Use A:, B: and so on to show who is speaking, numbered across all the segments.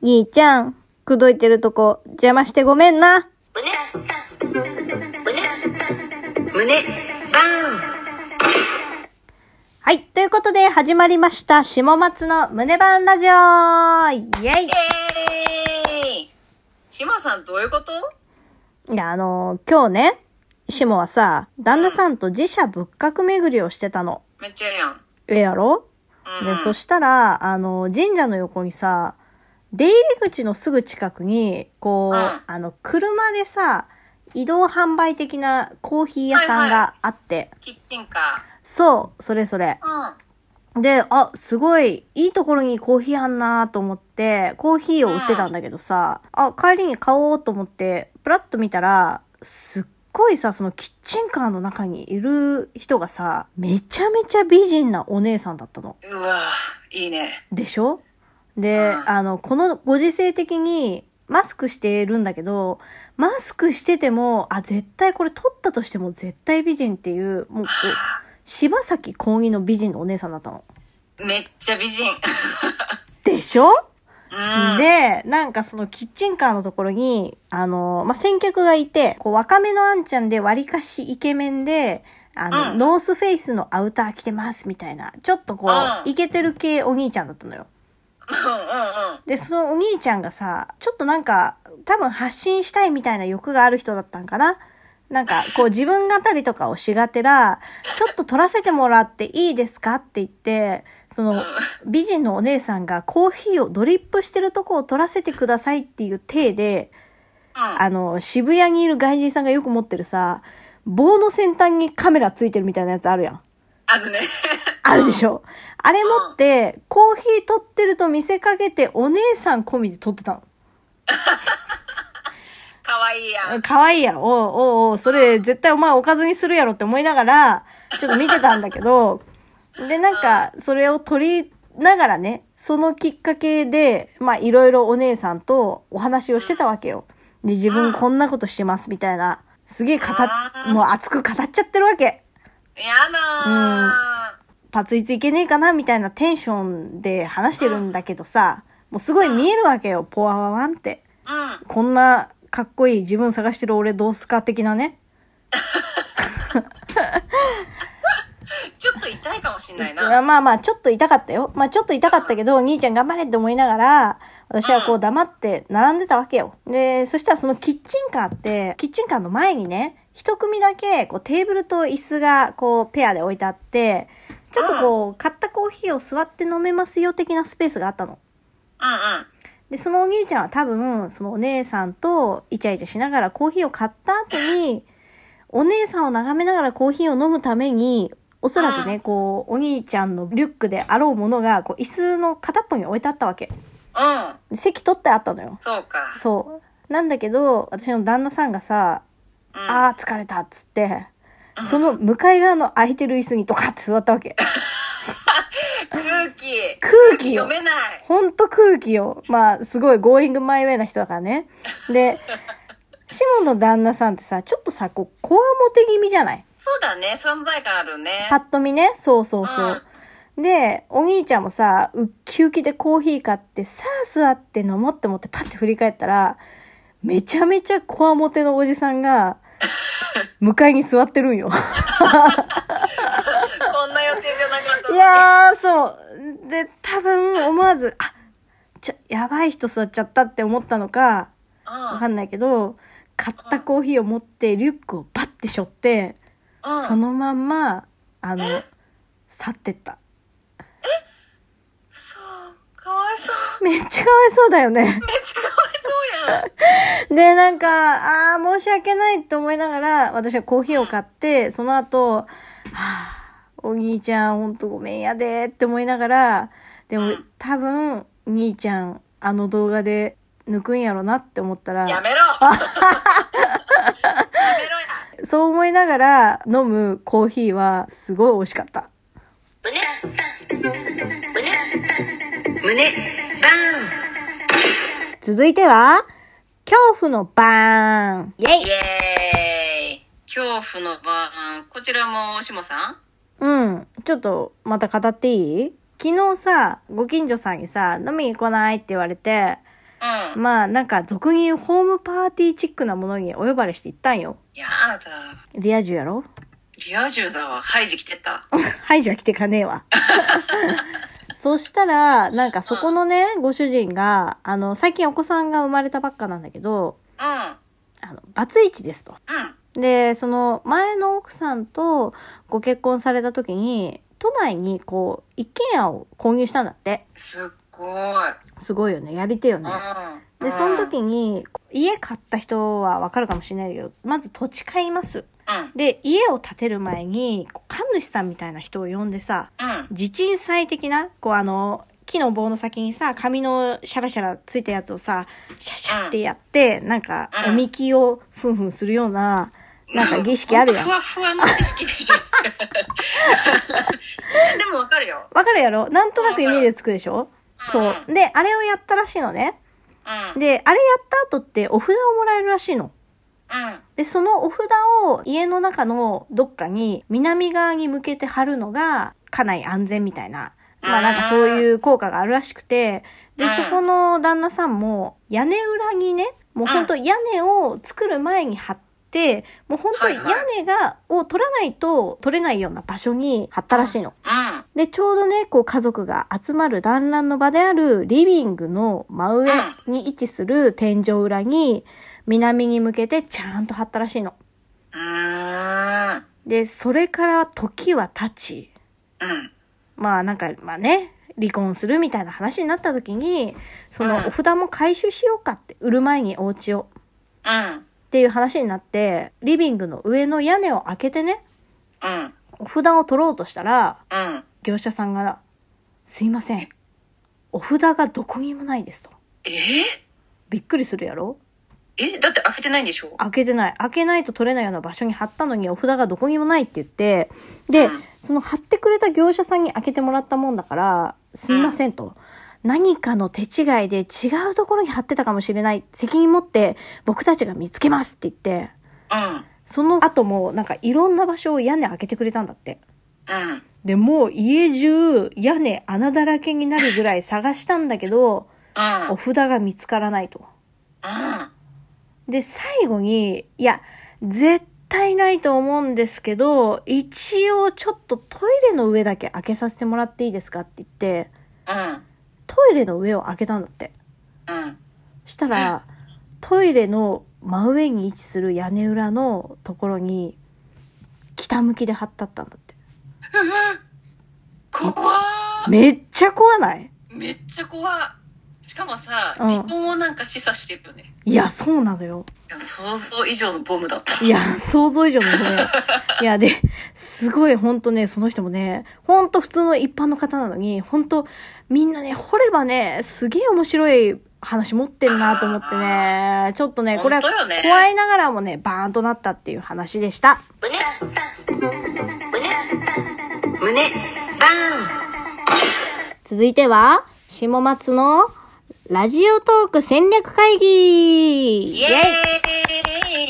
A: 兄ちゃん、口説いてるとこ邪魔してごめんな。
B: 胸胸バーン
A: はい。ということで始まりました、下松の胸バンラジオイェイ
C: イエーイ志麻さんどういうこと
A: いや、あのー今日ね、しもはさ、旦那さんと自社仏閣巡りをしてたの。
C: めっちゃええやん。
A: ええやろ
C: うん、
A: で、そしたら、あのー神社の横にさ、出入り口のすぐ近くに、こう、
C: うん
A: あの、車でさ、移動販売的なコーヒー屋さんがあって、
C: キッチンカ
A: そう、それそれ。
C: ー。
A: で、あ、すごい、いいところにコーヒーあんなと思って、コーヒーを売ってたんだけどさ、あ、帰りに買おうと思って、プラッと見たら、すっごいさ、そのキッチンカーの中にいる人がさ、めちゃめちゃ美人なお姉さんだったの。
C: うん。うわぁ、いいね。
A: でしょで、
C: うん
A: あの、このご時世的に、マスクしてるんだけど、マスクしてても、あ、絶対これ取ったとしても絶対美人っていう、もう、お柴咲コウギの美人のお姉さんだったの。
C: めっちゃ美人。
A: でしょ
C: うん。
A: で、なんかそのキッチンカーのところに、あの、まあ、先客がいて、こう若めのあんちゃんで割かしイケメンで、あの、
C: うん
A: ノースフェイスのアウター着てますみたいな、ちょっとこ
C: う
A: う、
C: ん
A: イケてる系お兄ちゃんだったのよ。
C: うんうんうん。
A: で、そのお兄ちゃんがさ、ちょっとなんか、多分発信したいみたいな欲がある人だったんかな。なんか、こう自分語りとかをしがてら、ちょっと撮らせてもらっていいですかって言って、その、美人のお姉さんがコーヒーをドリップしてるとこを撮らせてくださいっていう体で、あの、渋谷にいる外人さんがよく持ってるさ、棒の先端にカメラついてるみたいなやつあるやん。
C: あるね。
A: あるでしょ。あれ持って、コーヒー取ってると見せかけて、お姉さん込みで取ってたの。
C: かわいいやん。
A: かわいいやろ。おうおうおう、それ絶対お前おかずにするやろって思いながら、ちょっと見てたんだけど、 で、なんか、それを取りながらね、そのきっかけで、まあ、いろいろお姉さんとお話をしてたわけよ。で、自分こんなことしてますみたいな、すげえ語っ、もう熱く語っちゃってるわけ。
C: やだ
A: パツイツいけねえかなみたいなテンションで話してるんだけどさ、もうすごい見えるわけよ、ポワワワンって。
C: ー。うん。
A: こんなかっこいい自分探してる俺どうすか的なね。
C: ちょっと痛いかもしんないな。
A: まあまあ、ちょっと痛かったよ。まあちょっと痛かったけど、兄ちゃん頑張れって思いながら、私はこう黙って並んでたわけよ。で、そしたらそのキッチンカーって、キッチンカーの前にね、一組だけこうテーブルと椅子がこうペアで置いてあって、ちょっとこう買ったコーヒーを座って飲めますよ的なスペースがあったの。
C: うんうん。
A: で、そのお兄ちゃんは多分、そのお姉さんとイチャイチャしながらコーヒーを買った後に、お姉さんを眺めながらコーヒーを飲むために、おそらくね、こう、お兄ちゃんのリュックであろうものが、こう、椅子の片っぽに置いてあったわけ。
C: うん。
A: で席取ってあったのよ。
C: そうか。
A: そう。なんだけど、私の旦那さんがさ、
C: うん
A: あー疲れたっつって、その向かい側の空いてる椅子にドカって座ったわけ。
C: 空気。
A: 空気よ
C: 読めない。
A: ほんと空気を、まあ、すごい、ゴーイングマイウェイな人だからね。 で、シモンの旦那さんってさ、ちょっとさ、こう、こわもて気味じゃない
C: そうだね。存在感あるね。
A: パッと見ね。そうそうそう。で、お兄ちゃんもさ、ウッキウキでコーヒー買って、さあ座って飲もうって思ってパッて振り返ったら、めちゃめちゃこわもてのおじさん が、向かいに座ってるんよ。
C: こんな予定じゃなかったの
A: い
C: に
A: やー、そう。で、多分思わず、あ、ちょ、やばい人座っちゃったって思ったのか、わかんないけど、買ったコーヒーを持ってリュックをバッて背負って、
C: うん。うん。
A: そのまんま、あの、去ってった。
C: そう。かわいそう。
A: めっちゃかわいそうだよ ね。
C: めっちゃかわいそうやん。
A: で、なんか、あー、申し訳ないと思いながら、私はコーヒーを買って、その後、はあ、お兄ちゃん、ほんとごめんやでって思いながら、でも、多分、兄ちゃん、あの動画で抜くんやろなって思ったら、
C: やめろやめろや
A: そう思いながら飲むコーヒーは、すごい美味しかった。
B: 胸胸バーン
A: 続いては、恐怖のバーン。イェイ
C: イエーイ恐怖のバーン。こちらも、しもさん
A: うん。ちょっと、また語っていい昨日さ、ご近所さんにさ、飲みに来ないって言われて、
C: うん。
A: まあなんか俗に言うホームパーティーチックなものにお呼ばれして行ったんよ。
C: やだ。
A: リア充やろ
C: リア充だわ。ハイジ来てた。
A: はいじゃ来てかねえわ。そしたら、なんかそこのね、ご主人が、あの、最近お子さんが生まれたばっかなんだけど、
C: う
A: あの、バツイチですと。
C: ん。うん。
A: で、その前の奥さんとご結婚された時に、都内にこう、一軒家を購入したんだって。
C: すっごい。
A: すごいよね。やり手よ
C: う
A: ね。
C: ん。
A: で、その時に、家買った人はわかるかもしれないけど、まず土地買います。
C: うん。うん。
A: で、家を建てる前に、こう神主さんみたいな人を呼んでさ、
C: うん。
A: 地鎮祭的な、こうあの、木の棒の先にさ、紙のシャラシャラついたやつをさ、シャシャってやって、なんか、お
C: うん
A: みきをふんふんするような、なんか儀式あるやん。
C: ほ
A: わ
C: とふわふわの儀 式 で。でもわかるよ。
A: かるやろなんとなくイメージつくでしょそう
C: う。
A: で、あれをやったらしいのね。
C: うん。
A: で、あれやった後ってお札をもらえるらしいの。
C: うん。
A: で、そのお札を家の中のどっかに南側に向けて貼るのが家内安全みたいな。まあなんかそういう効果があるらしくて、
C: う
A: で、
C: ん
A: そこの旦那さんも屋根裏にね、もうほんと屋根を作る前に貼って、もうほんと
C: はい
A: 屋
C: はい
A: 根が、を取らないと取れないような場所に貼ったらしいの。
C: うん。
A: で、ちょうどね、こう家族が集まる団らんの場であるリビングの真上に位置する天井裏に、南に向けてちゃんと貼ったらしいの。
C: うーん。
A: で、それから時は経ち、
C: うん。
A: まあなんか、まあね、離婚するみたいな話になった時に、その
C: うん
A: お札も回収しようかって、売る前にお家を。
C: うん。
A: っていう話になって、リビングの上の屋根を開けてね、
C: うん。
A: お札を取ろうとしたら、
C: うん。
A: 業者さんが、すいません。お札がどこにもないですと。
C: え
A: びっくりするやろ
C: えだって開けてないんでしょ
A: 開けてない。開けないと取れないような場所に貼ったのにお札がどこにもないって言って、で、
C: うん
A: その貼ってくれた業者さんに開けてもらったもんだから、すいませんと。何かの手違いで違うところに貼ってたかもしれない。責任持って僕たちが見つけますって言って、
C: うん。
A: その後もなんかいろんな場所を屋根開けてくれたんだって。
C: うん。
A: で、もう家中屋根穴だらけになるぐらい探したんだけど、
C: うん。
A: お札が見つからないと。
C: うん。
A: で、最後に、いや、絶対ないと思うんですけど、一応ちょっとトイレの上だけ開けさせてもらっていいですかって言って、
C: うん。
A: トイレの上を開けたんだって。
C: うん。
A: したら、トイレの真上に位置する屋根裏のところに、北向きで貼ったったんだって。
C: 怖ー
A: めっちゃ怖ない
C: めっちゃ怖いしかもさ、
A: うん
C: 離婚をなんか示唆してるよね。
A: いや、そうなのよ。
C: いや、想像以上のボムだった。
A: いや、想像以上のね。い や、で、すごい、ほんとね、その人もね、ほんと普通の一般の方なのに、ほんと、みんなね、掘ればね、すげえ面白い話持ってんなと思ってね、ちょっとね、これは
C: ほんとよね
A: 怖いながらもね、バーンとなったっていう話でした。
B: 胸胸バーン
A: 続いては、下松のラジオトーク戦略会議
C: イエー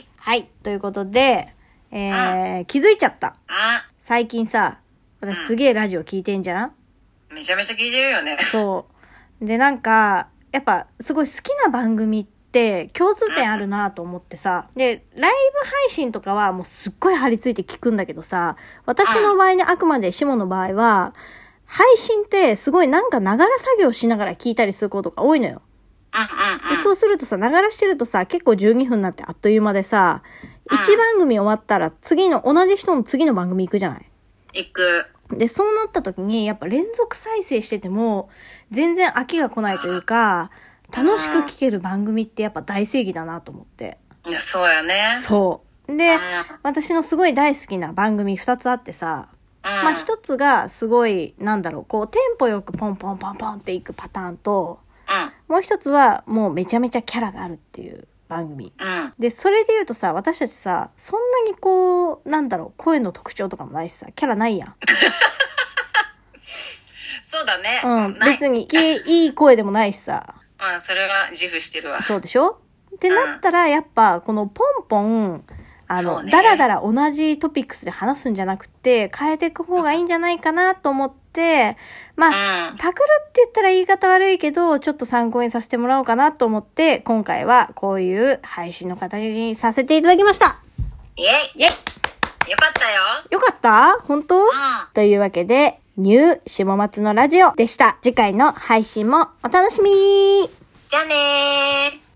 C: イ
A: はい、ということで、えー、気づいちゃった。
C: あ
A: 最近さ、私すげえラジオ聞いてんじゃん
C: めちゃめちゃ聞いてるよね。
A: そう。で、なんか、やっぱ、すごい好きな番組って、共通点あるなと思ってさ。で、ライブ配信とかは、もうすっごい張り付いて聞くんだけどさ、私の場合ね、あくまで下の場合は、配信って、すごいなんか、ながら作業しながら聞いたりすることが多いのよ。
C: うんうん
A: で、そうするとさ、ながらしてるとさ、結構12分になってあっという間でさ、
C: うん
A: 1番組終わったら、次の、同じ人の次の番組行くじゃない
C: 行く。
A: で、そうなった時に、やっぱ連続再生してても、全然飽きが来ないというか、楽しく聴ける番組ってやっぱ大正義だなと思って。
C: いや、そうやね。
A: そう。で
C: うん、
A: 私のすごい大好きな番組2つあってさ、
C: ま
A: まあ一つがすごい、なんだろう、こう、テンポよくポンポンポンポンっていくパターンと、もう一つはもうめちゃめちゃキャラがあるっていう番組。
C: うん。うん。
A: で、それで言うとさ、私たちさ、そんなにこう、なんだろう、声の特徴とかもないしさ、キャラないやん。
C: そうだね。
A: うん、
C: ない。
A: 別にいい声でもないしさ。
C: うん、それは自負してるわ。
A: そうでしょってなったら、やっぱ、このポンポン、あ
C: そう
A: の、
C: ね
A: だらだら同じトピックスで話すんじゃなくて、変えていく方がいいんじゃないかなと思って、まあ、
C: うん。
A: パクるって言ったら言い方悪いけど、ちょっと参考にさせてもらおうかなと思って、今回はこういう配信の形にさせていただきました。
C: イェ
A: イェイ
C: イよかったよ
A: よかった本当、
C: うん
A: というわけで、ニュー下松のラジオでした。次回の配信もお楽しみに
C: じゃあねー